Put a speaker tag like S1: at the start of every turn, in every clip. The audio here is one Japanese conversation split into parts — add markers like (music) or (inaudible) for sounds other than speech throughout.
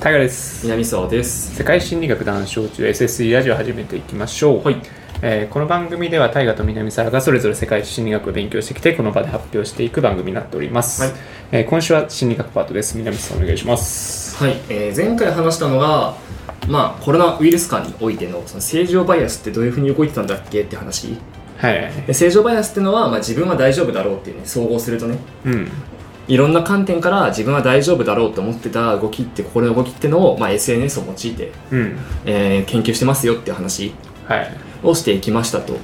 S1: タイガです
S2: 南沢です
S1: 世界心理学談笑中 SSE ラジオ始めていきましょう、
S2: はい
S1: えーこの番組では大河と南沢がそれぞれ世界心理学を勉強してきてこの場で発表していく番組になっております、
S2: はい
S1: えー今週は心理学パートです南沢お願いします
S2: はい、えー前回話したのがまあコロナウイルス下においてのその正常バイアスってどういうふうに動いてたんだっけって話
S1: はい
S2: で正常バイアスってのは、まあ、自分は大丈夫だろうっていうね総合するとね
S1: うん
S2: いろんな観点から自分は大丈夫だろうと思ってた動きって心の動きってのを、まあ、SNS を用いて、
S1: うん
S2: えー研究してますよっていう話
S1: はい
S2: をしていきましたと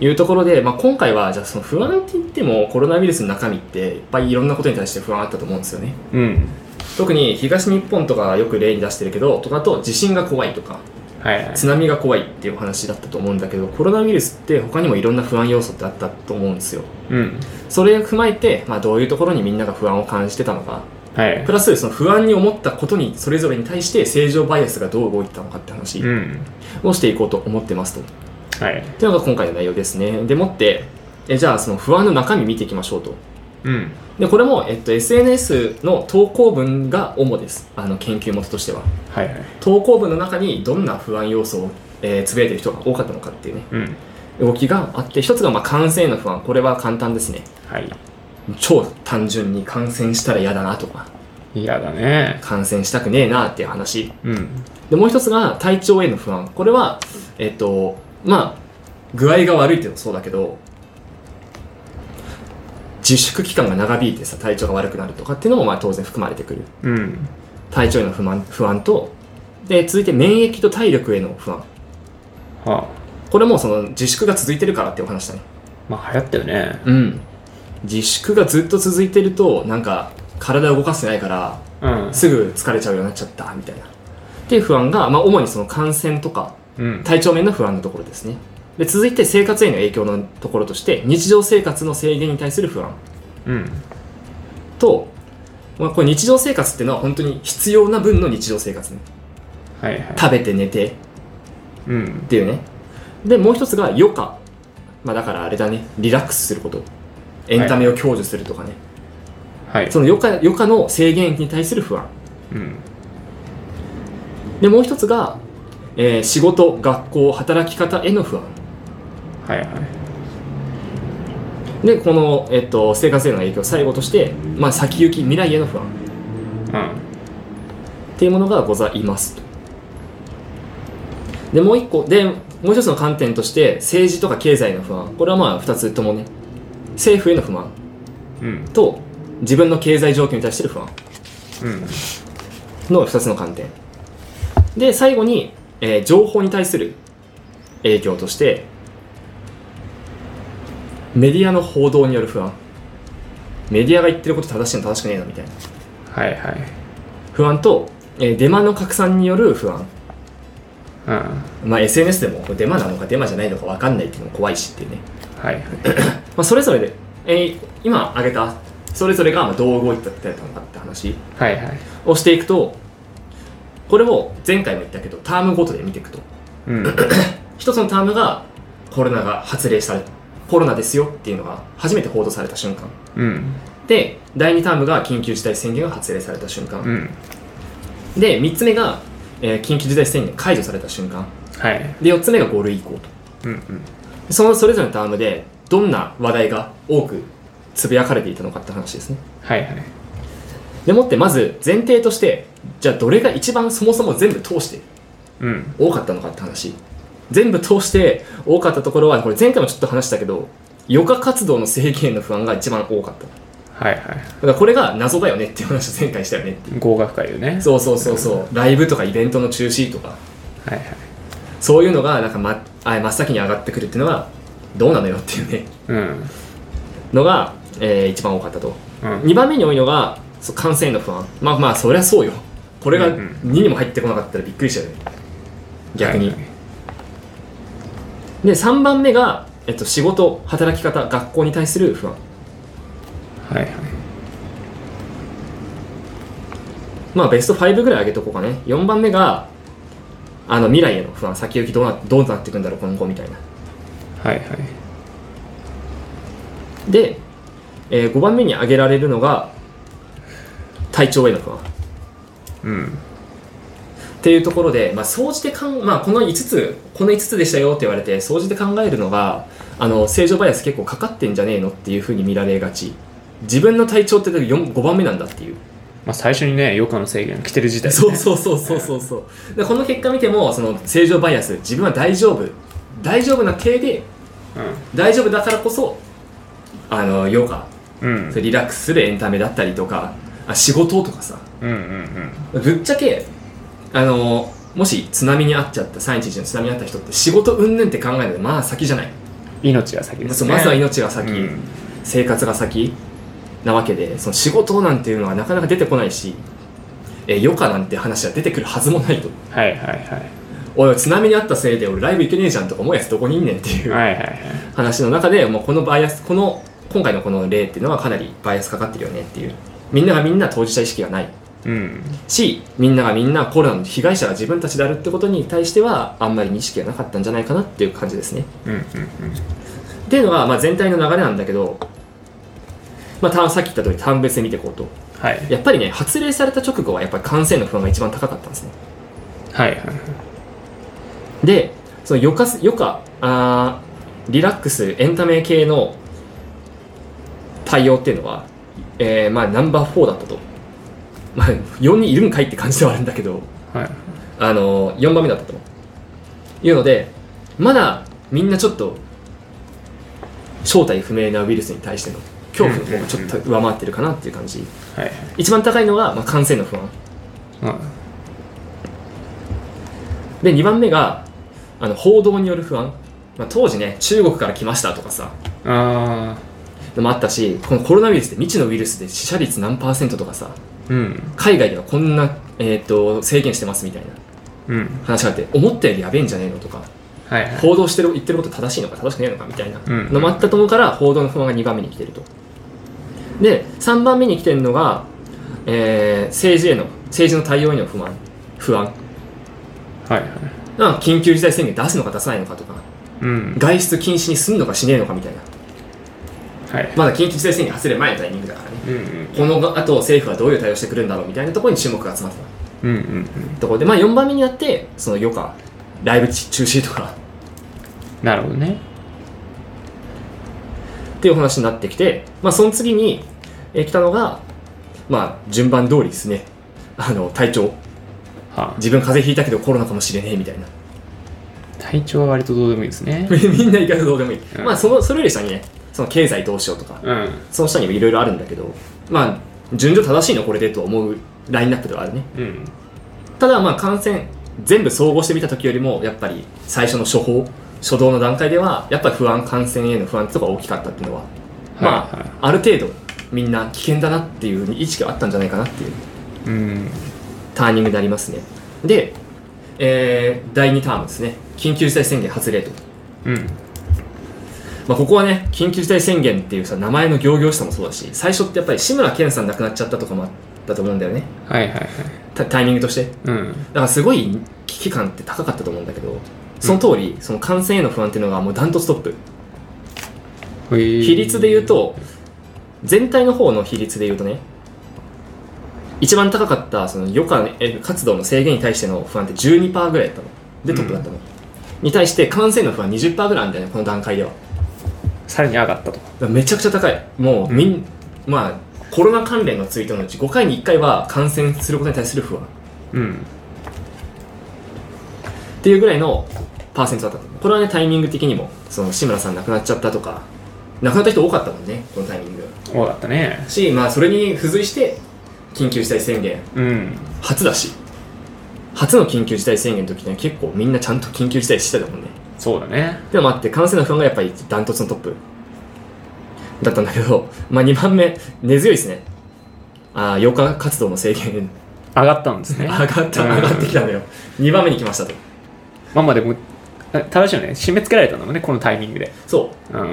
S2: いうところで、まあ、今回はじゃあその不安って言ってもコロナウイルスの中身っていっぱいいろんなことに対して不安あったと思うんですよね
S1: うん
S2: 特に東日本とかよく例に出してるけどとかと地震が怖いとか
S1: はい
S2: 津波が怖いっていうお話だったと思うんだけどコロナウイルスって他にもいろんな不安要素ってあったと思うんですよ
S1: うん
S2: それを踏まえて、まあ、どういうところにみんなが不安を感じてたのか
S1: はい
S2: プラスその不安に思ったことにそれぞれに対して正常バイアスがどう動いてたのかって話
S1: うん
S2: をしていこうと思ってますと、
S1: はい
S2: というのが今回の内容ですねでもってえじゃあその不安の中身見ていきましょうと
S1: うん
S2: でこれも、えっと、SNS の投稿文が主ですあの研究元としては
S1: はいはい
S2: 投稿文の中にどんな不安要素を、えー、つぶやいてる人が多かったのかっていうね
S1: うん
S2: 動きがあって一つがまあ感染への不安これは簡単ですね
S1: はい
S2: 超単純に感染したら嫌だなとか
S1: 嫌だね
S2: 感染したくねえなっていう話
S1: うん
S2: でもう一つが体調への不安これはえっ、とまあ具合が悪いっていうのもそうだけど自粛期間が長引いてさ体調が悪くなるとかっていうのもまあ当然含まれてくる
S1: うん
S2: 体調への不満不安とで続いて免疫と体力への不安
S1: はあ
S2: これもその自粛が続いてるからってお話だね
S1: まあ流行ったよね
S2: うん自粛がずっと続いてるとなんか体を動かしてないから
S1: うん
S2: すぐ疲れちゃうようになっちゃったみたいなっていう不安が、まあ、主にその感染とか
S1: うん
S2: 体調面の不安のところですねで続いて生活への影響のところとして日常生活の制限に対する不安
S1: うん
S2: と、まあ、これ日常生活っていうのは本当に必要な分の日常生活ね
S1: はいはい
S2: 食べて寝て
S1: うん
S2: っていうねでもう一つが余暇、まあ、だからあれだねリラックスすることエンタメを享受するとかね、
S1: はい
S2: その余暇余暇の制限に対する不安
S1: うん
S2: でもう一つが、えー仕事学校働き方への不安
S1: はいはい
S2: でこの、えっと、生活への影響最後として、まあ、先行き未来への不安
S1: うん
S2: っていうものがございますとでもう一個でもう一つの観点として政治とか経済の不安これはまあ2つともね政府への不満
S1: うん
S2: と自分の経済状況に対しての不安
S1: うん
S2: の2つの観点で最後に、えー情報に対する影響としてメディアの報道による不安メディアが言ってること正しいの正しくねえなみたいな
S1: はいはい
S2: 不安と、えーデマの拡散による不安
S1: うん
S2: まあ SNS でもこれデマなのかデマじゃないのか分かんないっていうのも怖いしっていうね、
S1: はいはい
S2: まあ、それぞれで、えー今挙げたそれぞれがまあどう動いてたのかって話
S1: はいはい
S2: をしていくとこれを前回も言ったけどタームごとで見ていくと
S1: うん
S2: 一つのタームがコロナが発令されコロナですよっていうのが初めて報道された瞬間
S1: うん
S2: で第2タームが緊急事態宣言が発令された瞬間、
S1: うん
S2: で3つ目が、えー緊急事態宣言解除された瞬間
S1: はい
S2: で4つ目が5類移行と
S1: うんうん
S2: そのそれぞれのタームでどんな話題が多くつぶやかれていたのかって話ですね
S1: はいはい
S2: でもってまず前提としてじゃあどれが一番そもそも全部通して
S1: うん
S2: 多かったのかって話全部通して多かったところはこれ前回もちょっと話したけど余暇活動の制限の不安が一番多かっただ
S1: はいは
S2: からこれが謎だよねっていう話を前回したよね
S1: い合格会よね
S2: そうそうそうそうライブとかイベントの中止とか
S1: はいはい
S2: そういうのがなんか、ま、あ真っ先に上がってくるっていうのがどうなのよっていうね
S1: うん
S2: のが、えー一番多かったと
S1: うん
S2: 2番目に多いのがそう感染への不安まあまあそりゃそうよこれが
S1: うんうん
S2: 2にも入ってこなかったらびっくりしちゃうよね逆に、
S1: はいはい
S2: で3番目が、えっと、仕事働き方学校に対する不安
S1: はいはい
S2: まあベスト5ぐらい上げとこうかね4番目があの未来への不安先行きどうなどうなっていくんだろうこの子みたいな
S1: はいはい
S2: で、え5番目に挙げられるのが体調への不安
S1: うん
S2: っていうところで、まあ、総じてかん、まあ、この5つこの5つでしたよって言われて総じて考えるのがあの正常バイアス結構かかってんじゃねえのっていうふうに見られがち自分の体調って5番目なんだっていう
S1: まあ、最初にね、余暇の制限来てる時代、ね、
S2: そうそうそうそうそうそうでこの結果見てもその正常バイアス自分は大丈夫大丈夫な体で大丈夫だからこそあのヨガ
S1: うん。うん。
S2: リラックスするエンタメだったりとかあ仕事とかさ
S1: うんうんうん。
S2: ぶっちゃけあのもし津波に遭っちゃった3・11の津波に遭った人って仕事云々って考えるのまあ先じゃない、
S1: 命が先です
S2: そう
S1: ね。
S2: まずは命が先、
S1: うん
S2: 生活が先なわけでその仕事なんていうのはなかなか出てこないしえ余暇なんて話は出てくるはずもないと
S1: はいはいはい。
S2: おい津波にあったせいで俺ライブ行けねえじゃんとか思うやつどこにいんねんっていう、
S1: はいはいはい。
S2: 話の中でもうこのバイアスこの今回のこの例っていうのはかなりバイアスかかってるよねっていうみんながみんな当事者意識がない
S1: うん。
S2: しみんながみんなコロナの被害者が自分たちであるってことに対してはあんまり認識がなかったんじゃないかなっていう感じですね
S1: うんうんうん。
S2: っていうのがまあ全体の流れなんだけど、まあ、たさっき言った通り単別で見ていこうと
S1: はい。
S2: やっぱりね発令された直後はやっぱり感染の不安が一番高かったんですね
S1: はいはい。
S2: でその余暇す余暇あーリラックスエンタメ系の対応っていうのは、えーまあ、ナンバー4だったと、まあ、4人いるんかいって感じではあるんだけど、
S1: はい。
S2: あの4番目だったというのでまだみんなちょっと正体不明なウイルスに対しての恐怖の方がちょっと上回ってるかなっていう感じ
S1: はい。
S2: 一番高いのが、まあ、感染の不安
S1: うん
S2: で2番目があの報道による不安、まあ、当時ね中国から来ましたとかさ
S1: ああ。
S2: のもあったしこのコロナウイルスって未知のウイルスで死者率何パーセントとかさ
S1: うん。
S2: 海外ではこんな、えー、と制限してますみたいな
S1: うん。
S2: 話があって思ったよりやべえんじゃねえのとか
S1: はいはい。
S2: 報道してる言ってること正しいのか正しくないのかみたいな
S1: うん
S2: のもあったと思うから報道の不安が2番目に来てるとで3番目に来てるのが、えー政治への政治の対応への不安不安
S1: はいはい。
S2: まあ緊急事態宣言出すのか出さないのかとか
S1: うん。
S2: 外出禁止にすんのかしねえのかみたいな
S1: はい。
S2: まだ緊急事態宣言発令前のタイミングだからね
S1: うんうん。
S2: この後政府はどういう対応してくるんだろうみたいなところに注目が集まってた
S1: うんうん
S2: ところで、まあ、4番目になってその余暇ライブ中止とか
S1: うん。なるほどね。
S2: っていう話になってきて、まあ、その次にえー来たのが、まあ、順番通りですねあの体調
S1: はあ。
S2: 自分風邪ひいたけどコロナかもしれねえみたいな (laughs)
S1: 体調は割とどうでもいいですね。
S2: みんな意外とどうでもいい、
S1: うん
S2: まあ、そのそれより下にねその経済どうしようとか
S1: うん。
S2: その下にもいろいろあるんだけどまあ順序正しいのこれでと思うラインナップではあるね
S1: うん。
S2: ただまあ感染全部総合してみた時よりもやっぱり最初の処方初動の段階ではやっぱり不安感染への不安とか大きかったっていうのは、まあ、
S1: はいはい
S2: ある程度みんな危険だなっていう意識があったんじゃないかなっていう
S1: うん。
S2: ターニングになりますねで、えー第2タームですね緊急事態宣言発令と、
S1: うん。
S2: まあ、ここはね緊急事態宣言っていうさ名前の行々しさもそうだし最初ってやっぱり志村けんさん亡くなっちゃったとかもあったと思うんだよね
S1: はいはいはい。
S2: タタイミングとして
S1: うん。
S2: だからすごい危機感って高かったと思うんだけどその通り、その感染への不安っていうのがもうダントツトップ比
S1: 比
S2: 率で言う、と全体の方の比率で言うとね一番高かったその余暇のえ活動の制限に対しての不安って12%ぐらいだったのでトップだったの、に対して感染の不安20%ぐらいあるんだよねこの段階ではだ
S1: さらに上がったと。
S2: からめちゃくちゃ高いもうみんまあコロナ関連のツイートのうち5回に1回は感染することに対する不安
S1: うん。
S2: っていうぐらいのパーセントだったとこれはねタイミング的にもその志村さん亡くなっちゃったとか亡くなった人多かったもんねこのタイミング
S1: 多かったね。
S2: しまあそれに付随して緊急事態宣言
S1: うん。
S2: 初だし初の緊急事態宣言の時には結構みんなちゃんと緊急事態してたもんね
S1: そうだね。
S2: でもあって感染の不安がやっぱりダントツのトップだったんだけど (laughs) まあ2番目根強いですねああ8日活動の制限
S1: 上がったんですね。
S2: (laughs) 上がった上がってきたのよ2番目に来ましたと
S1: まあまあでも、あ正しいよね。締め付けられたんだもんね、このタイミングで。
S2: そう
S1: うん。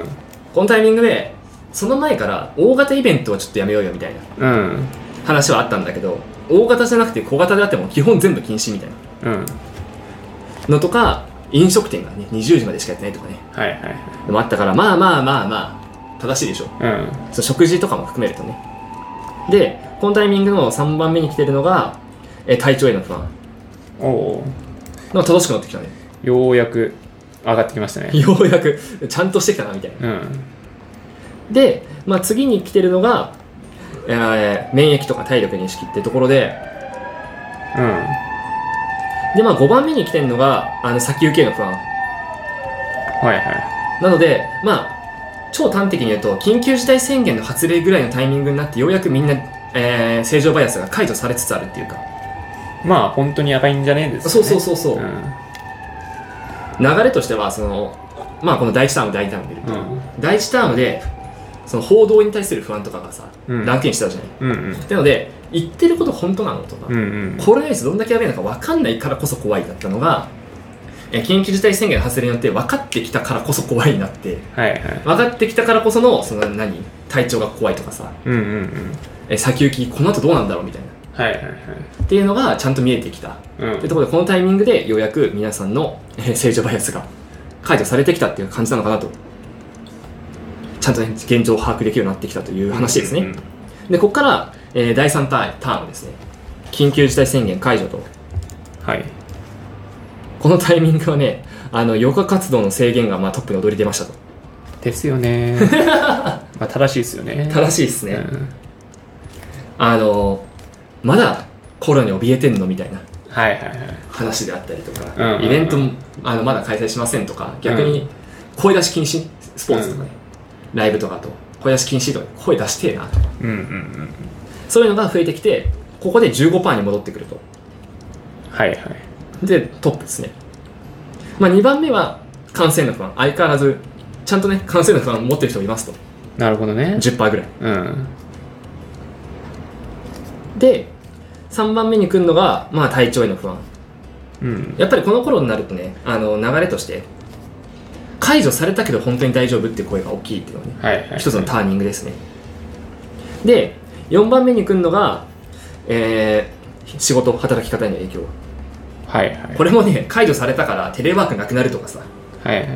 S2: このタイミングでその前から大型イベントはちょっとやめようよみたいな
S1: うん。
S2: 話はあったんだけど大型じゃなくて小型であっても基本全部禁止みたいな
S1: うん。
S2: のとか飲食店がね20時までしかやってないとかね
S1: はいはいはい。
S2: でもあったからまあまあまあまあ正しいでしょ
S1: うん。
S2: その食事とかも含めるとねでこのタイミングの3番目に来てるのがえ体調への不安
S1: おお
S2: なんか正しくなってきたね
S1: ーようやく上がってきましたね
S2: (laughs) ようやくちゃんとしてきたなみたいな
S1: うん
S2: で、まあ、次に来てるのが、えー免疫とか体力認識ってところで
S1: うん
S2: で、まあ、5番目に来てるのがあの先行きへの不安
S1: はいは
S2: なのでまあ超端的に言うと緊急事態宣言の発令ぐらいのタイミングになってようやくみんな、えー正常バイアスが解除されつつあるっていうか
S1: いまあ本当にやばいんじゃねえですか、ね、
S2: そうそうそうそう、
S1: うん
S2: 流れとしてはその、まあ、この第1ターム第2タームで見ると、
S1: うん
S2: 第1タームでその報道に対する不安とかがさ、
S1: うん
S2: ランクインしてたじゃない
S1: うんうん
S2: なので言ってること本当なのとか、
S1: うんうん
S2: コロナウイルスどんだけやべえのか分かんないからこそ怖いだったのがえー緊急事態宣言の発令によって分かってきたからこそ怖いになって
S1: はいはい
S2: 分かってきたからこそのその何体調が怖いとかさ
S1: うんうんうん
S2: えー先行きこの後どうなんだろうみたいな
S1: はいはいはい
S2: っていうのがちゃんと見えてきた
S1: うん
S2: というところでこのタイミングでようやく皆さんのえー正常バイアスが解除されてきたっていう感じなのかなとちゃんと、ね、現状を把握できるようになってきたという話ですね、
S1: うん
S2: でここから、えー第3ターンターンですね緊急事態宣言解除と
S1: はい
S2: このタイミングはねあの余暇活動の制限がまあトップに躍り出ましたと
S1: ですよ
S2: (laughs)
S1: ねまあ正しいですよね
S2: 正しいです
S1: い
S2: ね、あのまだコロナに怯えてんのみたいな
S1: はいはいはい
S2: 話であったりとか、
S1: うんうんうん
S2: イベントもあのまだ開催しませんとか逆に声出し禁止スポーツとかね、ライブとかと声出し禁止とか声出してえなとか
S1: うんうんうん
S2: そういうのが増えてきてここで15%に戻ってくると
S1: はいはい
S2: でトップですね、まあ、2番目は感染の不安相変わらずちゃんとね感染の不安を持ってる人もいますと
S1: なるほどね
S2: 10%ぐらい
S1: うん
S2: で3番目に来るのが、まあ、体調への不安
S1: うん
S2: やっぱりこの頃になるとねあの流れとして解除されたけど本当に大丈夫っていう声が大きいっていうのが
S1: は
S2: ね
S1: いはい
S2: 一つのターニングですねで4番目に来るのが、えー仕事働き方への影響
S1: はいはい
S2: これもね解除されたからテレワークなくなるとかさ
S1: はいはい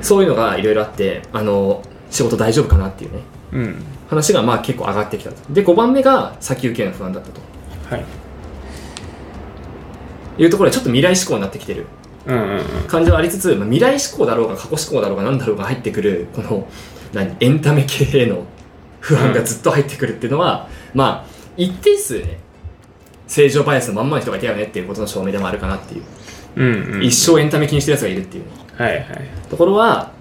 S2: そういうのがいろいろあってあの仕事大丈夫かなっていうね
S1: うん
S2: 話がまあ結構上がってきたとで5番目が先行きへの不安だったと
S1: はい
S2: いうところでちょっと未来志向になってきてる
S1: うんうんうん
S2: 感じはありつつ、まあ、未来志向だろうが過去志向だろうが何だろうが入ってくるこの何エンタメ系への不安がずっと入ってくるっていうのは、まあ一定数ね正常バイアスのまんまの人がいたよねっていうことの証明でもあるかなっていう、
S1: うんうん
S2: 一生エンタメ気にしてる奴がいるっていう
S1: はいはい
S2: ところは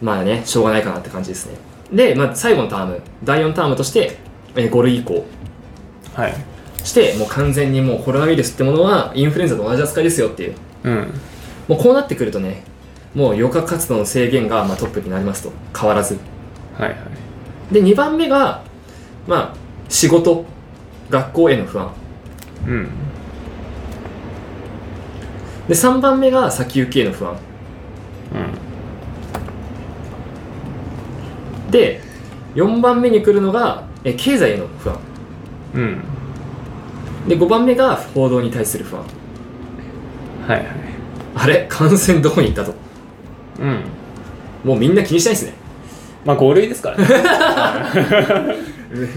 S2: まあねしょうがないかなって感じですねで、まあ、最後のターム第4タームとして、えー5類移行
S1: はい
S2: してもう完全にもうコロナウイルスってものはインフルエンザと同じ扱いですよっていう
S1: うん
S2: もうこうなってくるとね、もう余暇活動の制限がまあトップになりますと、変わらず。
S1: はいはい
S2: で、2番目が、まあ、仕事、学校への不安。
S1: うん
S2: で、3番目が先行きへの不安。
S1: うん
S2: で、4番目に来るのが、え経済への不安。
S1: うん
S2: で、5番目が報道に対する不安。
S1: はいはい
S2: あれ感染どこに行ったと。
S1: うん
S2: もうみんな気にしてないですね。 (laughs)
S1: まあ5類ですから (laughs) ね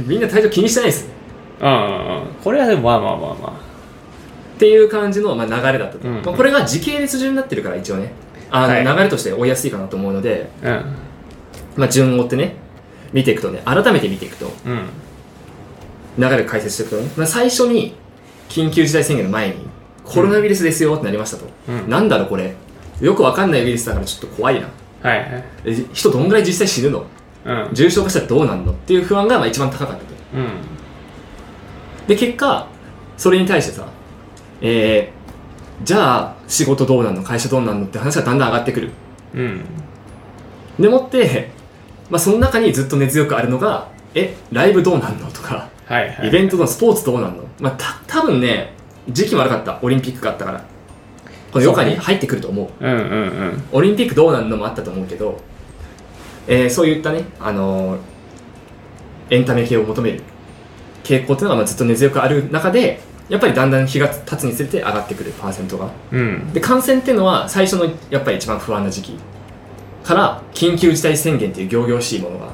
S2: みんな体調気にしてないですね。
S1: うんうんうんこれはでもまあまあまあまあ
S2: っていう感じの、まあ、流れだったと。
S1: うんうん
S2: まあ、これが時系列順になってるから、一応ね。あの、
S1: はい
S2: 流れとして追いやすいかなと思うので、
S1: うん
S2: まあ、順を追ってね見ていくとね改めて見ていくと
S1: うん
S2: 流れを解説していくとね、まあ、最初に緊急事態宣言の前にコロナウイルスですよってなりましたと、
S1: うん
S2: なんだろうこれよくわかんないウイルスだからちょっと怖いな
S1: はいはい
S2: え人どんぐらい実際死ぬの
S1: うん
S2: 重症化したらどうなんのっていう不安がまあ一番高かったと
S1: うん
S2: で結果それに対してさえー、じゃあ仕事どうなんの会社どうなんのって話がだんだん上がってくる
S1: うん
S2: でもって、まあ、その中にずっと根強くあるのがえライブどうなんのとか
S1: はいはい
S2: イベントのスポーツどうなんの、まあ、た多分ね時期も悪かったオリンピックがあったからこの余暇に入ってくると思う
S1: うんうんうん
S2: オリンピックどうなんのもあったと思うけど、えーそういったね、あのーエンタメ系を求める傾向っていうのがまあずっと根強くある中でやっぱりだんだん日が経つにつれて上がってくるパーセントが
S1: うん
S2: で感染っていうのは最初のやっぱり一番不安な時期から緊急事態宣言っていう仰々しいものが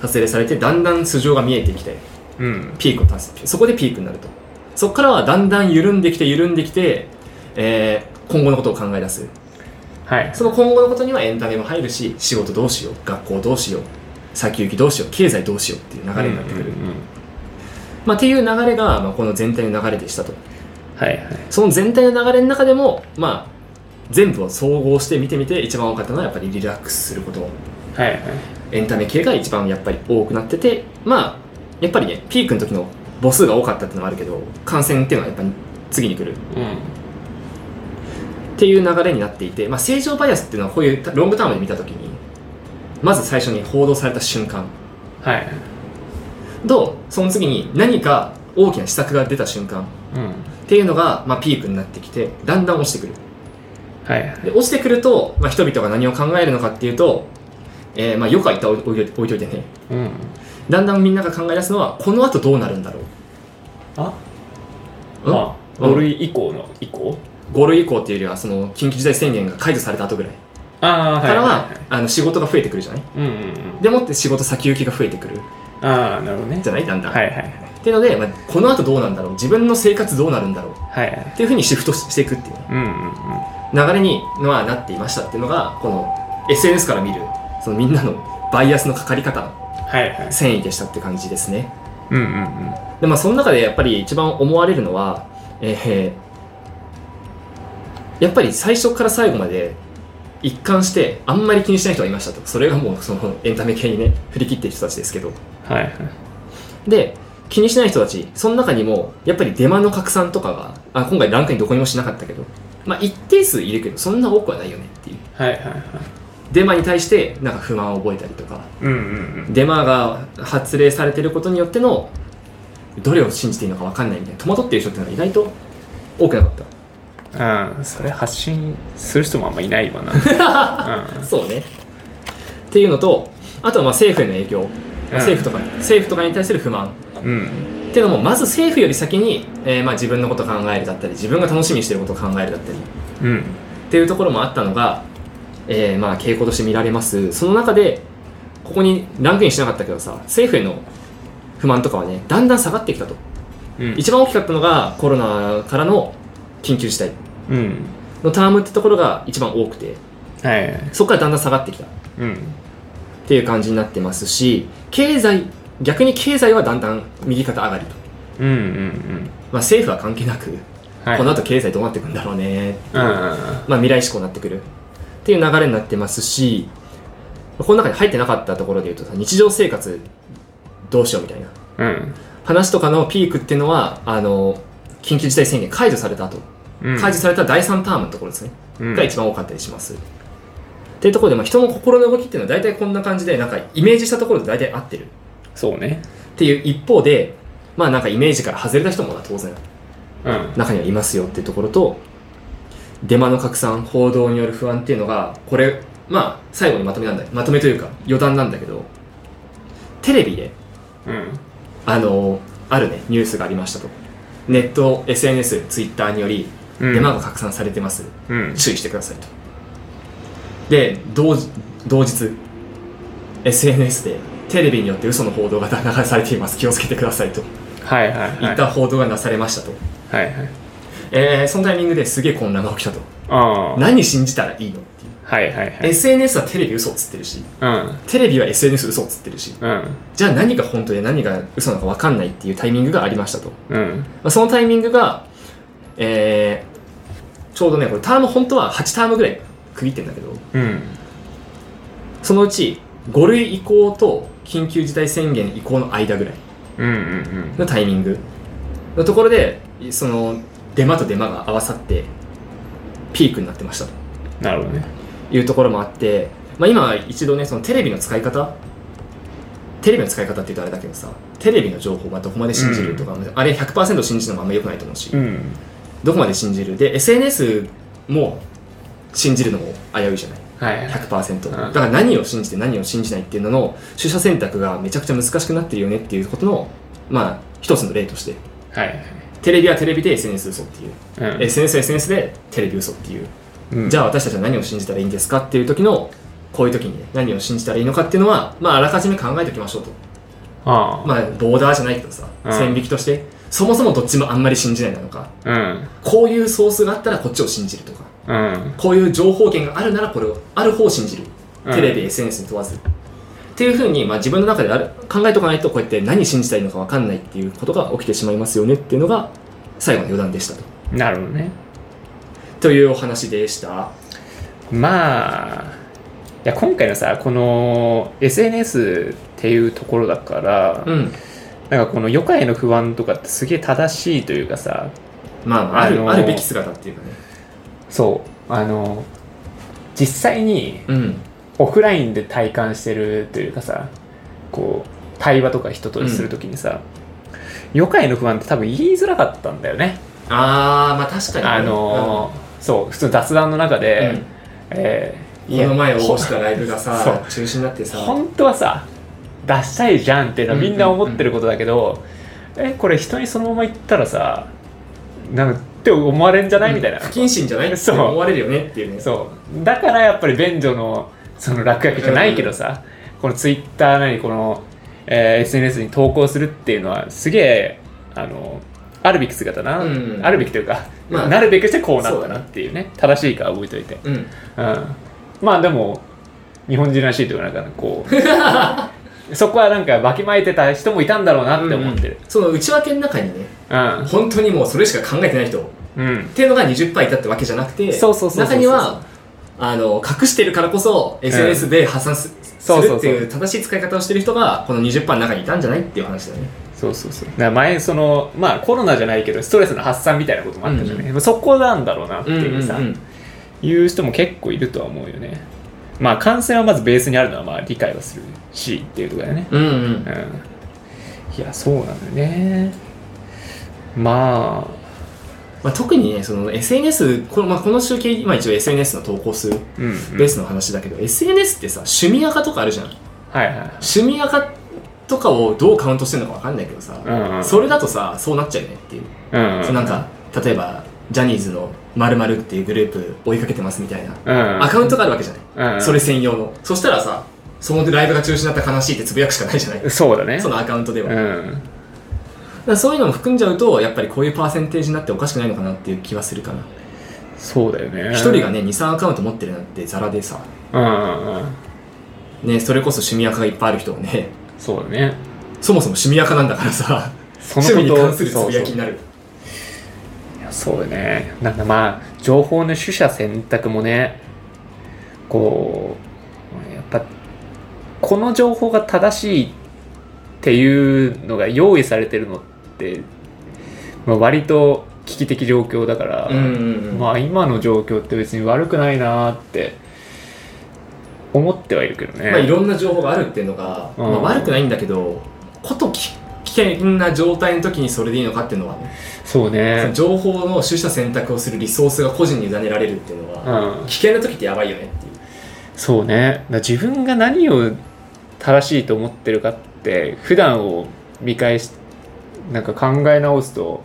S2: 発令されてだんだん素性が見えてきて
S1: うん
S2: ピークを達成そこでピークになるとそこからはだんだん緩んできて緩んできて、えー今後のことを考え出す
S1: はい
S2: その今後のことにはエンタメも入るし仕事どうしよう学校どうしよう先行きどうしよう経済どうしようっていう流れになってくる、
S1: うんうんうん
S2: まあ、っていう流れが、まあ、この全体の流れでしたと
S1: はいはい
S2: その全体の流れの中でも、まあ、全部を総合して見てみて一番多かったのはやっぱりリラックスすること
S1: はいはい
S2: エンタメ系が一番やっぱり多くなっててまあやっぱりねピークの時の母数が多かったっていうのはあるけど感染っていうのはやっぱり次に来る
S1: うん
S2: っていう流れになっていて、まあ、正常バイアスっていうのはこういうロングタームで見た時にまず最初に報道された瞬間
S1: はい
S2: とその次に何か大きな施策が出た瞬間
S1: うん
S2: っていうのが、まあ、ピークになってきてだんだん落ちてくる
S1: はいはい
S2: で落ちてくると、まあ、人々が何を考えるのかっていうと、えーまあ、よくは言ったら置いとい置いといてね
S1: うん
S2: だんだんみんなが考え出すのはこの後どうなるんだろう
S1: あ
S2: うん
S1: まあ5類以降の以降
S2: 5類以降っていうよりはその緊急事態宣言が解除された後ぐらい
S1: ああ
S2: からは、
S1: はい
S2: あの仕事が増えてくるじゃない
S1: いうんうんうん
S2: でもって仕事先行きが増えてくる
S1: ああなるほどね
S2: じゃないだんだん、
S1: はいはいはい
S2: っていうので、まあ、この後どうなんだろう自分の生活どうなるんだろう
S1: はいはい
S2: っていうふうにシフトしていくっていうね
S1: うんうんうん
S2: 流れにまあなっていましたっていうのがこの SNS から見るそのみんなのバイアスのかかり方
S1: はいはい
S2: 繊維でしたって感じですね
S1: うんうんうん
S2: でまあその中でやっぱり一番思われるのは、えーやっぱり最初から最後まで一貫してあんまり気にしない人がいましたとそれがもうそのエンタメ系にね振り切ってる人たちですけど
S1: はいはい
S2: で気にしない人たちその中にもやっぱりデマの拡散とかがあ今回ランクにどこにもしなかったけどまあ一定数いるけどそんな多くはないよねっていう
S1: はいはいはい
S2: デマに対してなんか不満を覚えたりとか
S1: うんうん
S2: デマが発令されてることによってのどれを信じていいのか分かんないみたいな戸惑ってる人っていうのは意外と多くなかっ
S1: うんああそれ発信する人もあんまいないわなうん
S2: (laughs) たそうねっていうのとあとはまあ政府への影響、政府とか政府とかに対する不満
S1: うん
S2: っていうのもまず政府より先に、えーまあ自分のことを考えるだったり自分が楽しみにしてることを考えるだったりっ
S1: うん
S2: ていうところもあったのが、えーまあ傾向として見られますその中でここにランクインしなかったけどさ政府への不満とかはねだんだん下がってきたと
S1: うん
S2: 一番大きかったのがコロナからの緊急事態
S1: うん
S2: のタームってところが一番多くて
S1: はいはい
S2: そこからだんだん下がってきたっ
S1: うん
S2: ていう感じになってますし経済逆に経済はだんだん右肩上がりと、
S1: うんうんうん
S2: まあ、政府は関係なく、
S1: はい
S2: この後経済どうなっていくんだろうね、
S1: うん
S2: まあ、未来志向になってくるっていう流れになってますしこの中に入ってなかったところでいうとさ日常生活どうしようみたいな
S1: うん
S2: 話とかのピークっていうのはあの緊急事態宣言解除された後
S1: うん
S2: 解除された第3ターンのところですね、
S1: うん
S2: が一番多かったりします。っていうところで、まあ、人の心の動きっていうのは大体こんな感じでなんかイメージしたところで大体合ってるっ
S1: そうね
S2: ていう一方でまあなんかイメージから外れた人も当然
S1: うん
S2: 中にはいますよっていうところとデマの拡散報道による不安っていうのがこれまあ最後にまとめなんだまとめというか余談なんだけどテレビで
S1: うん
S2: あのあるねニュースがありましたとネット SNS ツイッターにより
S1: うん
S2: デマが拡散されてます、
S1: うん
S2: 注意してくださいとで同時同日 SNS でテレビによって嘘の報道が流されています気をつけてくださいと
S1: はいはいはい
S2: いった報道がなされましたと、
S1: はいはい
S2: えーそのタイミングですげえ混乱が起きたと
S1: ああ
S2: 何信じたらいいのっていう
S1: はいはいはい
S2: SNS はテレビ嘘をつってるし
S1: うん
S2: テレビは SNS 嘘をつってるし
S1: うん
S2: じゃあ何が本当で何が嘘なのか分かんないっていうタイミングがありましたと、ま
S1: うん
S2: あ、そのタイミングが、えーちょうどねこれターム本当は8タームぐらい区切ってんだけど
S1: うん
S2: そのうち5類移行と緊急事態宣言移行の間ぐらい
S1: うんうん
S2: のタイミングのところでそのデマとデマが合わさってピークになってましたと
S1: うんなるほどね
S2: いうところもあって、まあ、今一度ねそのテレビの使い方テレビの使い方って言うとあれだけどさテレビの情報がどこまで信じるとか、あれ100%信じるのもあんま良くないと思うし、
S1: うん
S2: どこまで信じるで SNS も信じるのも危ういじゃない
S1: はいはい
S2: 100%
S1: うん
S2: だから何を信じて何を信じないっていうのの取捨選択がめちゃくちゃ難しくなってるよねっていうことのまあ一つの例として
S1: はい
S2: テレビはテレビで SNS 嘘っていう、
S1: はい
S2: SNS は SNS でテレビ嘘っていう、
S1: うん
S2: じゃ
S1: あ
S2: あ私たちは何を信じたらいいんですかっていう時のこういう時にね何を信じたらいいのかっていうのはまああらかじめ考えておきましょうと
S1: ああ
S2: まあボーダーじゃないけどさ
S1: うん
S2: 線引きとしてそもそもどっちもあんまり信じないなのか
S1: うん。
S2: こういうソースがあったらこっちを信じるとか
S1: うん。
S2: こういう情報源があるならこれをある方を信じる
S1: うん
S2: テレビ、SNS に問わずっていうふうに、まあ、自分の中である考えとかないとこうやって何信じたらいいのか分かんないっていうことが起きてしまいますよねっていうのが最後の余談でしたと
S1: なるほどね。
S2: というお話でした
S1: まあ、いや今回のさ、この SNS っていうところだから、
S2: うん
S1: なんかこの余暇への不安とかってすげえ正しいというかさ、
S2: まあまあある,、
S1: あのー
S2: あるべき姿っていうかね
S1: そう、あの、実際に
S2: うん
S1: オフラインで体感してるというかさこう対話とか人とするときにさ、余暇への不安って多分言いづらかったんだよね、
S2: ああまあ確かに
S1: あのーそう普通の雑談の中で、
S2: うん
S1: え
S2: うんこの前応募したライブが
S1: そ
S2: さ
S1: う
S2: 中止になってさ
S1: 本当はさ出したいじゃんっていうのはみんな思ってることだけど、えこれ人にそのまま言ったらさなんかって思われんじゃないみたいな、
S2: 不謹慎じゃないって
S1: そう
S2: 思われるよねっていうね
S1: そうだからやっぱり便所のその落書きじゃないけどさ、このツイッターなりこの、えー SNS に投稿するっていうのはすげえあのあるべき姿な、
S2: うん
S1: あるべきというか、
S2: まあ
S1: なるべくしてこうなっ
S2: そ
S1: た
S2: うだ
S1: な
S2: ね
S1: っていうね正しいか覚えておいて、 (laughs)
S2: うん
S1: うん、まあでも日本人らしいというかなんかこうそこはなんかわきまえてた人もいたんだろうなって思ってる
S2: うんその内訳の中にね
S1: うん、
S2: 本当にもうそれしか考えてない人っ
S1: うん、
S2: ていうのが20%いたってわけじゃなくて
S1: そうそうそうそうそう
S2: 中にはあの隠してるからこそ SNS で破産す,、
S1: そう
S2: す
S1: そうそう
S2: るっていう正しい使い方をしてる人がこの20%の中にいたんじゃないっていう話だよね
S1: そうそうそうだから前そのまあコロナじゃないけどストレスの発散みたいなこともあったじゃない、まあそこなんだろうなっていうさ、
S2: うんうんうん
S1: いう人も結構いるとは思うよねまあ感染はまずベースにあるのはまあ理解はするしっていうところだよね
S2: うんう
S1: うんんいやそうなんだよねま
S2: まあ、特にねその SNS この,、まあ、この集計今一応 SNS の投稿数
S1: あうん、うん、
S2: ベースの話だけど、SNS ってさ趣味垢とかあるじゃん
S1: はいはいはい
S2: 趣味垢とかをどうカウントしてるのか分かんないけどさ、
S1: うんうん
S2: それだとさそうなっちゃうよねっていう
S1: うんうん
S2: そうなんか例えばジャニーズの〇〇っていうグループ追いかけてますみたいな
S1: うん
S2: アカウントがあるわけじゃない、
S1: うん
S2: それ専用のそしたらさそのライブが中止になった悲しいってつぶやくしかないじゃない
S1: そうだね
S2: そのアカウントでは、
S1: う
S2: だ
S1: ん
S2: からそういうのも含んじゃうとやっぱりこういうパーセンテージになっておかしくないのかなっていう気はするかな
S1: そうだよね
S2: 一、人がね23アカウント持ってるなんてザラでさ、
S1: うんうんうん
S2: ね、それこそ趣味アカがいっぱいある人はね
S1: そうだね
S2: そもそも趣味アカなんだからさ
S1: その
S2: 趣
S1: こと
S2: 味に関するつぶや
S1: そうそ
S2: き
S1: う
S2: になる
S1: そうだねなんかまあ情報の取捨選択もねこうやっぱこの情報が正しいっていうのが用意されてるのって、まあ、割と危機的状況だから、
S2: うんうんうん
S1: まあ今の状況って別に悪くないなーって思ってはいるけどね、
S2: まあ、いろんな情報があるっていうのが、
S1: うん
S2: まあ、悪くないんだけどことき危険な状態の時にそれでいいのかっていうのはね、
S1: そう
S2: そ
S1: ね
S2: の情報の取捨選択をするリソースが個人に委ねられるっていうの
S1: う
S2: は、
S1: ん
S2: 危険な時ってやばいよねっていう
S1: そうねだから自分が何を正しいと思ってるかって普段を見返しなんか考え直すと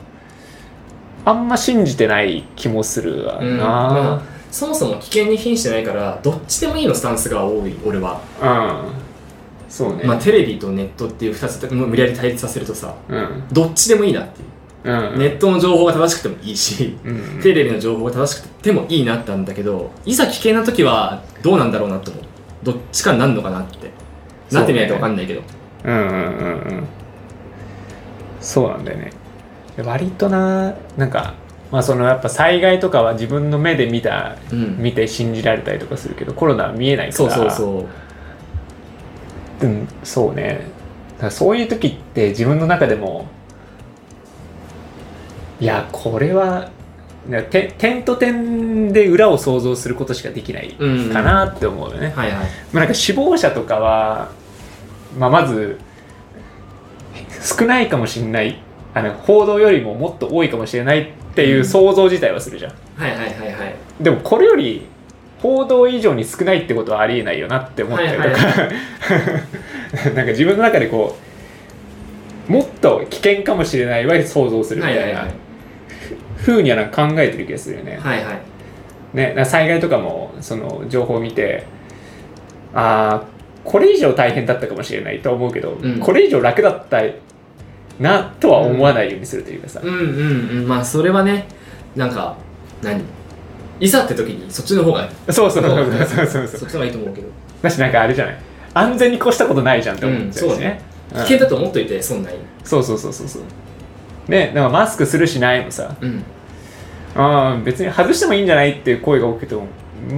S1: あんま信じてない気もするわ
S2: うん
S1: な
S2: まあ、そもそも危険に瀕してないからどっちでもいいのスタンスが多い俺は、
S1: うん、そうね、
S2: まあ、テレビとネットっていう2つもう無理やり対立させるとさ
S1: うん
S2: どっちでもいいなっていう、
S1: うん
S2: ネットの情報が正しくてもいいし
S1: うん
S2: テレビの情報が正しくてもいいなったんだけどいざ危険な時はどうなんだろうなと思うどっちかになるのかなってなってみないと分かんないけど
S1: うんうんうんうんそうなんだよね割とななんかまあそのやっぱ災害とかは自分の目で見た
S2: うん
S1: 見て信じられたりとかするけどコロナは見えないか
S2: そう
S1: ら
S2: そうそう
S1: うん、そうねだからそういう時って自分の中でもいやこれはねて点と点で裏を想像することしかできない
S2: うん
S1: かなって思うよね、ま
S2: はいはい
S1: あ、なんか死亡者とかは、まあ、まず少ないかもしれないあの報道よりももっと多いかもしれないっていう想像自体はするじゃん、
S2: はいはいはいはい
S1: でもこれより報道以上に少ないってことはありえないよなって思ったりとか、
S2: はい
S1: (laughs) な
S2: は
S1: んか自分の中でこうもっと危険かもしれないわ想像するみ
S2: は
S1: た
S2: いはいいは
S1: ないふうにはなんか考えてる気がするよね,、
S2: はいはい
S1: ねなんか災害とかもその情報を見てああこれ以上大変だったかもしれないと思うけど、
S2: ん
S1: これ以上楽だったなとは思わないようにするというかさ、
S2: うんうんうんまあそれはねなんか何いざって時にそっちの方が
S1: (laughs) そうそうそうそうそうそう
S2: そっちの方がいいと思うけど、
S1: だしなんかあれじゃない安全に越したことないじゃんって思っちゃう
S2: うんそ
S1: し
S2: う
S1: ね
S2: ね、
S1: うん
S2: 危険だと思っといて損ない
S1: そうそうそうそうそうねなんかマスクするしないもさ
S2: うん
S1: あー別に外してもいいんじゃないっていう声が多くても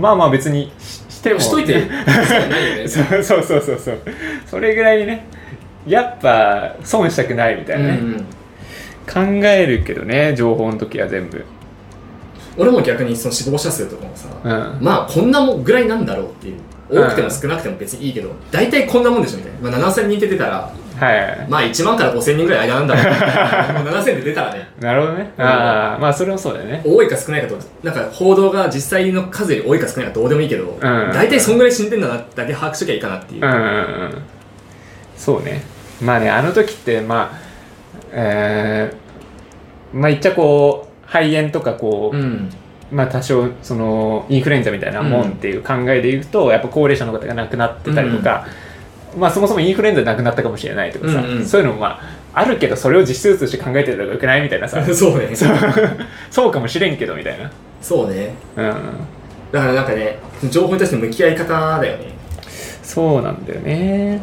S1: まあまあ別にししても
S2: しとい (laughs) て損ないよね
S1: (laughs) そうそうそうそうそうそれぐらいにねやっぱ損したくないみたいなね、
S2: うんうん、
S1: 考えるけどね情報の時は全部
S2: 俺も逆にその死亡者数とかもさ、
S1: うん
S2: まあこんなもんぐらいなんだろうっていう多くても少なくても別にいいけど大体こんなもんでしょみたいな、まあ、7000人って出たら
S1: は
S2: まあ1万から5000人ぐらい間なん
S1: (laughs)
S2: だろうもう7000で出たらね
S1: いなるほどね、
S2: うん
S1: ああまあそれもそうだよね
S2: 多いか少ないかとなんか報道が実際の数より多いか少ないかどうでもいいけど、大体そんぐらい死んでんだなだけ把握しときゃいいかなっていう、
S1: うんうんうんそうねまあねあの時ってまあえー、まあ言っちゃこう肺炎とかこう、
S2: うん
S1: まあ多少そのインフルエンザみたいなもんっていう考えでいうと、やっぱ高齢者の方が亡くなってたりとか、まあそもそもインフルエンザで亡くなったかもしれないとかさ、
S2: うんうん
S1: そういうのもまああるけどそれを実数として考えてたらよくないみたいな
S2: (laughs)
S1: さ
S2: そうね
S1: そうそうかもしれんけどみたいな
S2: そうね
S1: うん
S2: だからなんかね情報に対しての向き合い方だよね
S1: そうなんだよね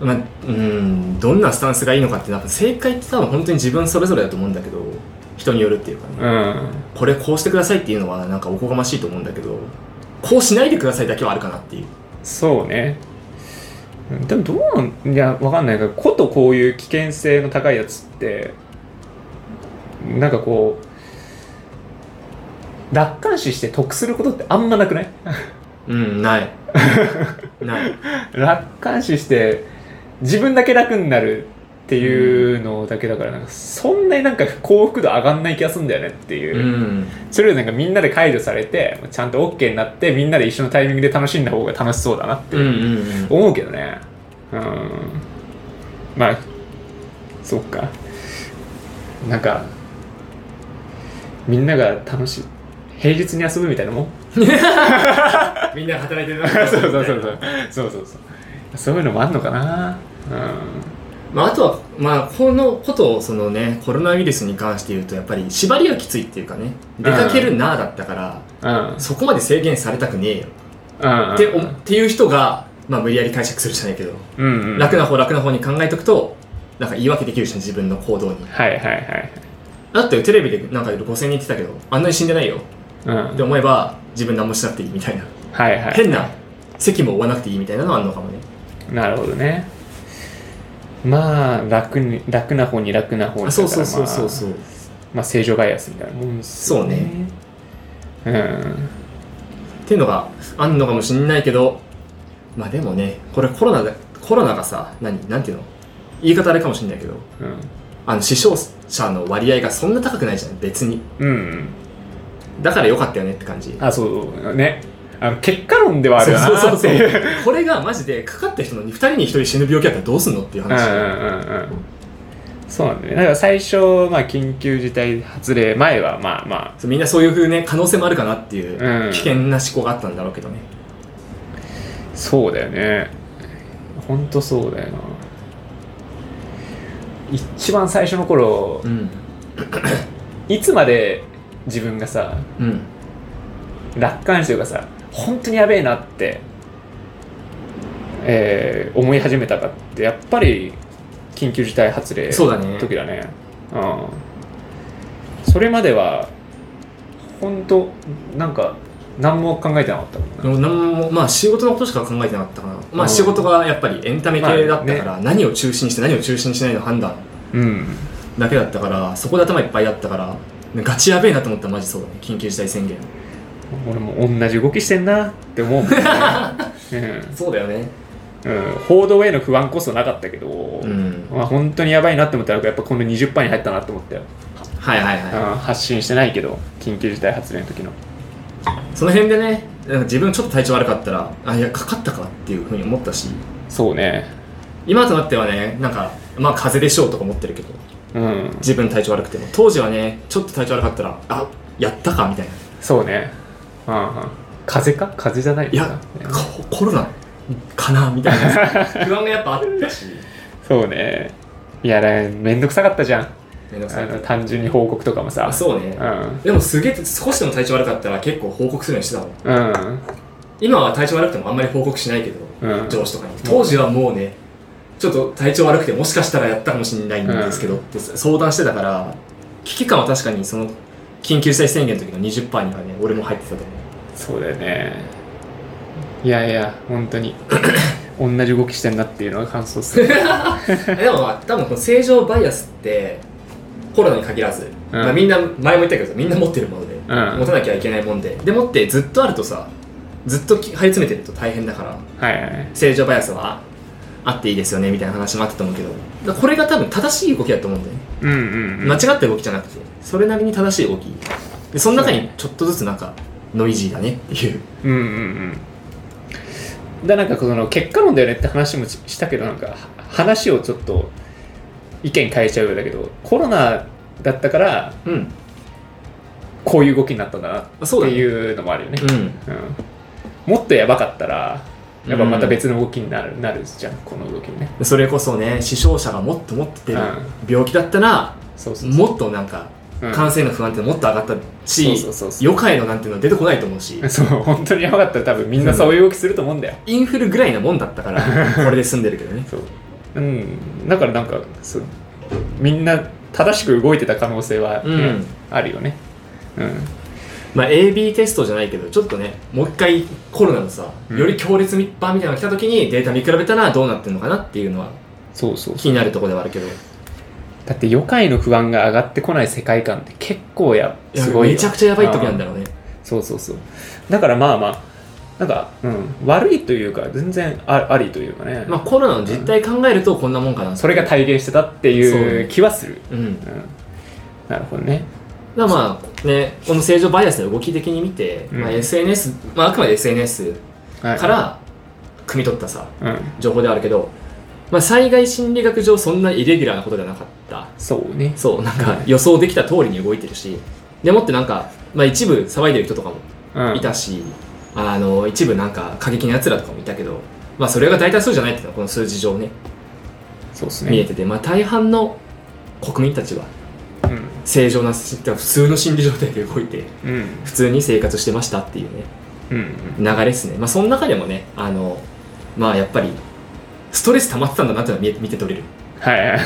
S2: まあ、うんどんなスタンスがいいのかってなんか正解って多分本当に自分それぞれだと思うんだけど人によるっていうかね
S1: うん
S2: これこうしてくださいっていうのはなんかおこがましいと思うんだけどこうしないでくださいだけはあるかなっていう
S1: そうねうんでもどうなんいやわかんないけどことこういう危険性の高いやつってなんかこう楽観視して得することってあんまなくない (laughs)
S2: うんないない
S1: 楽観視して自分だけ楽になるっていうのだけだからなんかそんなになんか幸福度上がんない気がするんだよねっていうう、
S2: ん
S1: それをなんかみんなで解除されてちゃんと OK になってみんなで一緒のタイミングで楽しんだ方が楽しそうだなって
S2: うんうんうん
S1: 思うけどねうんまあそっかなんかみんなが楽しい平日に遊ぶみたいなもん
S2: みんな働いてる
S1: (laughs)
S2: (laughs)
S1: そうそうそうそうそうそうそうそういうのもあんのかなう
S2: まあ、あとは、まあ、このことをその、ね、コロナウイルスに関して言うとやっぱり縛りがきついっていうかね出かけるなあだったから、
S1: んうん
S2: そこまで制限されたくねえよ、
S1: うん
S2: っておっていう人が、まあ、無理やり解釈するじゃないけど、
S1: うんうん
S2: 楽な方楽な方に考えとくとなんか言い訳できるじゃん自分の行動に
S1: はいはいはい
S2: だってテレビでなんか5000人言ってたけどあんなに死んでないよ
S1: うん
S2: って思えば自分何もしなくていいみたいな
S1: はいはい
S2: 変な席も追わなくていいみたいなのはあるのかもね
S1: なるほどねまあ楽に楽な方に楽な方に
S2: あそうそうそうそう
S1: う
S2: そう
S1: まあ正常バイアスみたいなもんですようん
S2: っていうのがあんのかもしんないけどまあでもねこれコロナでコロナがさ何なんていうの言い方あれかもしんないけど
S1: うん
S2: あの死傷者の割合がそんな高くないじゃん別に
S1: うん
S2: だから良かったよねって感じ
S1: あそうねあの結果論ではあるよな
S2: そうそう
S1: って
S2: そう
S1: いう
S2: そうこれがマジでかかった人の2人に1人死ぬ病気だったらどうすんのっていう
S1: うんう
S2: 話、
S1: んうんうんそうなんだよねだから最初、まあ、緊急事態発令前はまあま
S2: そうみんなそういう風ね可能性もあるかなっていう
S1: うん
S2: 危険な思考があったんだろうけどね、
S1: あそうだよねほんとそうだよな一番最初の頃
S2: うん
S1: いつまで自分がさ
S2: うん
S1: 楽観視というかさ本当にやべえなって、えー思い始めたかってやっぱり緊急事態発令
S2: そうだね
S1: 時だねうんそれまでは本当なんか何も考えてなかったもんな
S2: でもなんもまあ仕事のことしか考えてなかったかな、ま
S1: うん
S2: あ仕事がやっぱりエンタメ系だったか
S1: ま
S2: ら何を中心して何を中心にしないの判断
S1: うん
S2: だけだったからそこで頭いっぱいだったからガチやべえなと思ったらマジそうだね緊急事態宣言
S1: 俺も同じ動きしてんなって思うもん (laughs) ね、
S2: そうだよね
S1: うんうん、報道への不安こそなかったけど、
S2: うん
S1: まあ本当にやばいなって思ったらやっぱこの20%に入ったなって思ったよ
S2: はいはいはい、
S1: うん発信してないけど緊急事態発令の時の
S2: その辺でねなんか自分ちょっと体調悪かったらあいやかかったかっていうふうに思ったし
S1: そうね
S2: 今となってはねなんかまあ風邪でしょうとか思ってるけど
S1: うん
S2: 自分体調悪くても当時はねちょっと体調悪かったらあやったかみたいな
S1: そうねうんうん風邪か風邪じゃない
S2: い
S1: です
S2: や、こ (laughs) コロナかなみたいな不安がやっぱあったし
S1: そうねいやだめんどくさかったじゃん
S2: めんどく
S1: あ
S2: さい
S1: の単純に報告とかもさ
S2: あそうね
S1: うん
S2: でもすげえ少しでも体調悪かったら結構報告するようにしてたもん
S1: うん
S2: 今は体調悪くてもあんまり報告しないけど、
S1: うん
S2: 上司とかに当時はもうねちょっと体調悪くてもしかしたらやったかもしれないんですけど、って相談してたから危機感は確かにその緊急事態宣言の時の20%にはね俺も入ってたと思う (laughs)
S1: そうだよねいやいや本当に同じ動きしてんなっていうのが感想ですね
S2: えでもまあ多分この正常バイアスってコロナに限らず、まあみんな前も言ったけどみんな持ってるもので、
S1: ん
S2: 持たなきゃいけないもんででもってずっとあるとさずっとき張り詰めてると大変だから
S1: はいはい
S2: 正常バイアスはあっていいですよねみたいな話もあったと思うけどだからこれが多分正しい動きだと思うんだよね、
S1: うんうん、う
S2: 間
S1: ん、
S2: 違った動きじゃなくてそれなりに正しい動きでその中にちょっとずつなんかノイジーだねっていう
S1: うんうんうんだなんかその結果論だよねって話もししたけどなんかは話をちょっと意見変えちゃうようだけどコロナだったから
S2: うん
S1: こういう動きになったんだなっ
S2: あ
S1: て
S2: そうだね
S1: いうのもあるよね
S2: うん
S1: うん、もっとやばかったらやっぱまた別の動きになる,、なるじゃんこの動きね
S2: それこそね死傷者がもっともっと出る
S1: う
S2: 病気だったら
S1: そうそうそう
S2: もっとなんか
S1: うん
S2: 感染の不安ってもっと上がったし
S1: そうそうそうそう
S2: 余介のなんていうの出てこないと思うし
S1: そう本当にやばかったら多分みんなそういう動きすると思うんだよ、
S2: インフルぐらいなもんだっ
S1: (laughs)
S2: たからこれで済んでるけどね
S1: そううんだからなんかそうみんな正しく動いてた可能性はね、
S2: うん
S1: あるよねうん
S2: まあ AB テストじゃないけどちょっとねもう一回コロナのさ
S1: うん
S2: より強烈密版みたいなのが来た時にデータ見比べたらどうなってるのかなっていうのは
S1: そうそう
S2: 気になるところではあるけど
S1: だって余介の不安が上がってこない世界観って結構や
S2: いや
S1: すごいよ
S2: めちゃくちゃやばい時なんだろうね
S1: そうそうそうだからまあまあなんか、うん、悪いというか全然あありというかね、
S2: まあコロナの実態考えるとこんなもんかな
S1: それが体現してたっていう気はする、
S2: うん
S1: うん、なるほどね
S2: だからまあねこの正常バイアスの動き的に見て、
S1: うん
S2: まあ、SNS、まあ、あくまで SNS
S1: はい
S2: から汲み取ったさ
S1: うん
S2: 情報ではあるけど、まあ、災害心理学上そんなイレギュラーなことじゃなかった
S1: そうね
S2: そうなんか予想できた通りに動いてるしでもってなんか、まあ、一部騒いでる人とかも
S1: うん
S2: いたし、あの一部なんか過激な奴らとかもいたけど、まあ、それが大多数じゃないっていうのはこの数字上ね
S1: そうです
S2: 見え
S1: ね
S2: てて、まあ、大半の国民たちは
S1: うん
S2: 正常な普通の心理状態で動いて
S1: うん
S2: 普通に生活してましたっていうね
S1: うん
S2: 流れですねまあその中でもねあのまあやっぱりストレス溜まってたんだなっていうのは見え見て取れる
S1: はいはい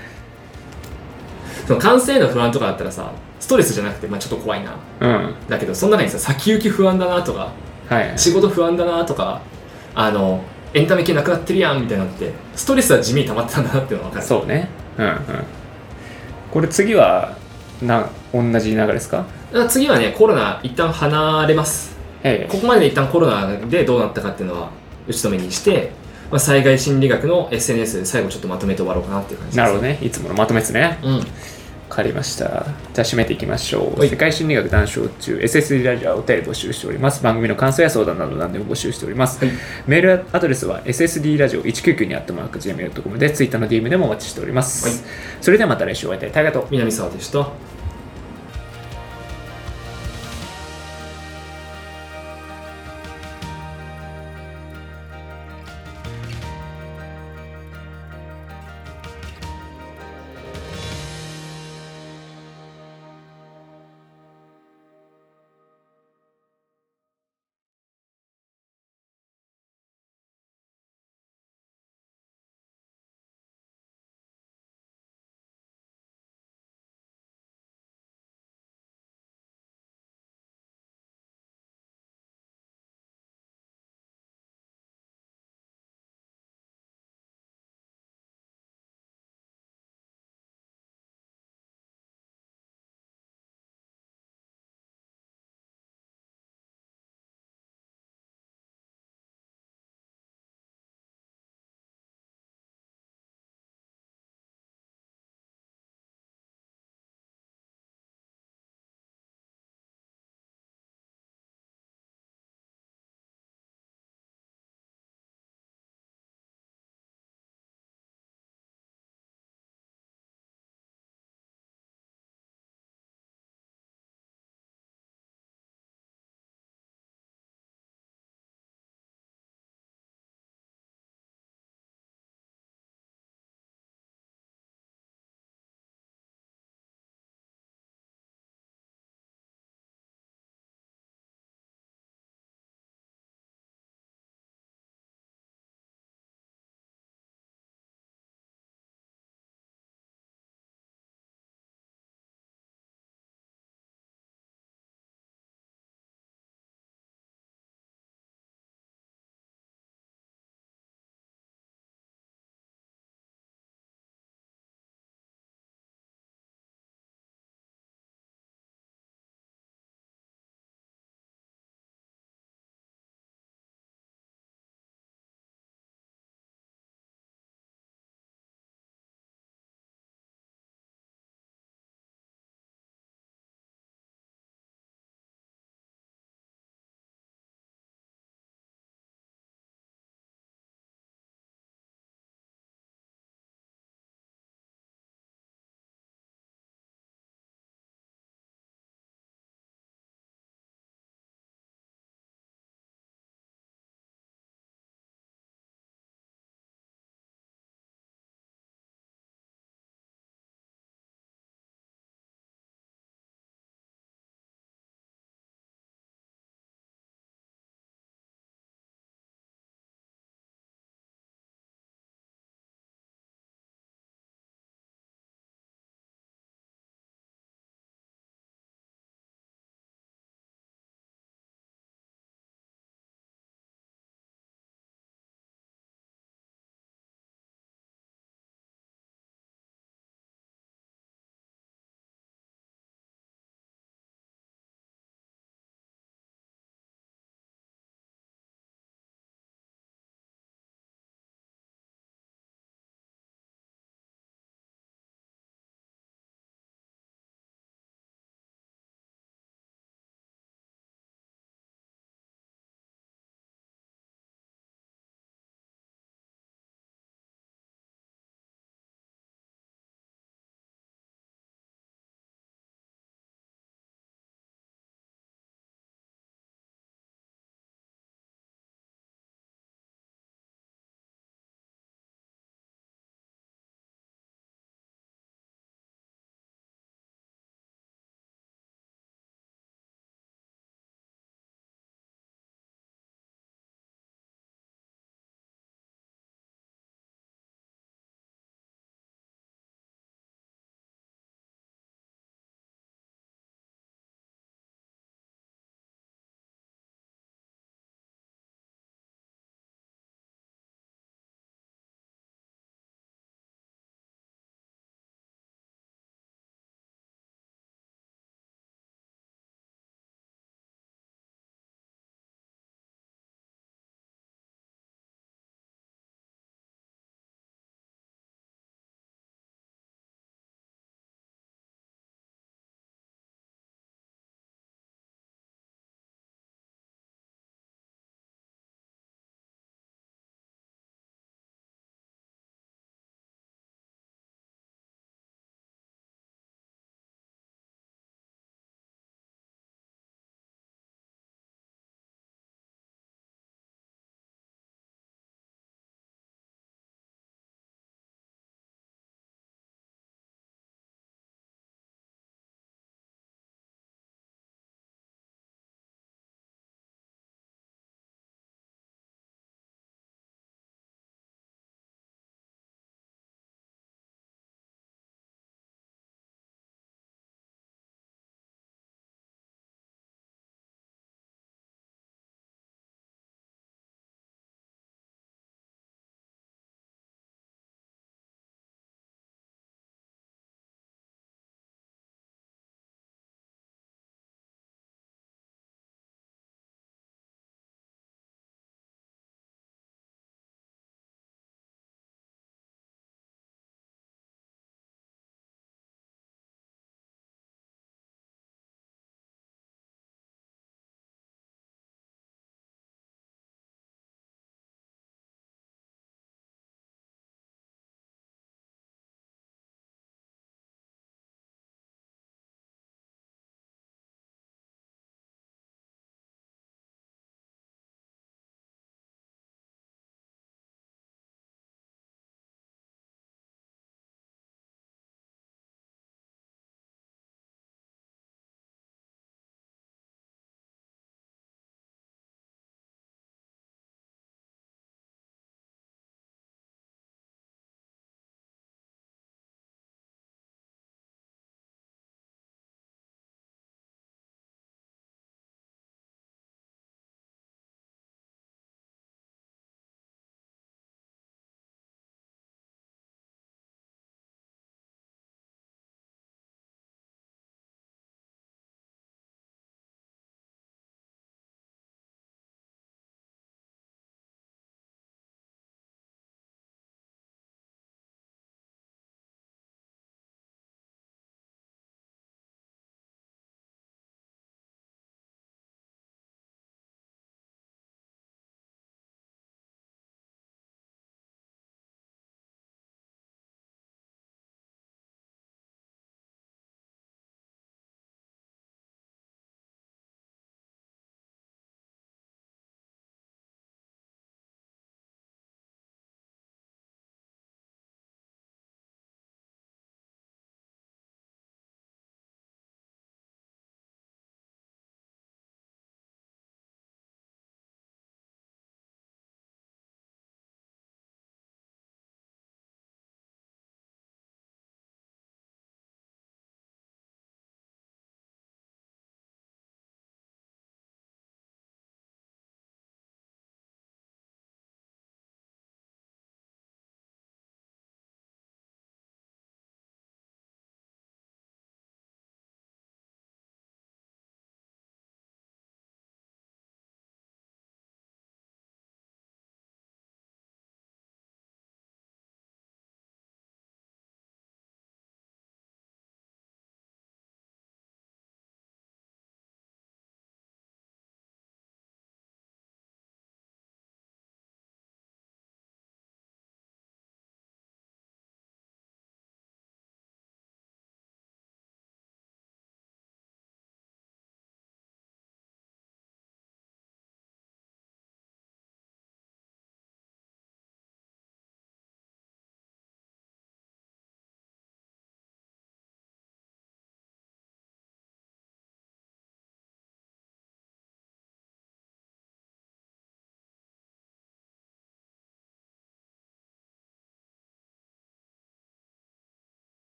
S1: (laughs)
S2: その感性の不安とかだったらさストレスじゃなくて、まあ、ちょっと怖いな
S1: うん
S2: だけどその中にさ先行き不安だなとか
S1: はいはい
S2: 仕事不安だなとかあのエンタメ系なくなってるやんみたいなのってストレスは地味に溜まってたんだなっていうのが分かる
S1: そうねうんうんこれ次はな同じ流れですか
S2: だから次はねコロナ一旦離れます
S1: え
S2: ここまで一旦コロナでどうなったかっていうのは打ち止めにして、まあ、災害心理学の SNS で最後ちょっとまとめて終わろうかなっていう感
S1: え
S2: じで
S1: な
S2: す
S1: るほどねいつものまとめですね
S2: うん
S1: わかりました。じゃあ締めていきましょう。
S2: はい
S1: 世界心理学談笑中、SSD ラジオはお便り募集しております。番組の感想や相談など何でも募集しております。
S2: はい
S1: メールアドレスは SSD ラジオ199にアットマーク Gmail.com で、ツイッターの DM でもお待ちしております。
S2: はい
S1: それではまた来週お会いいたい。タイガと
S2: 南沢でした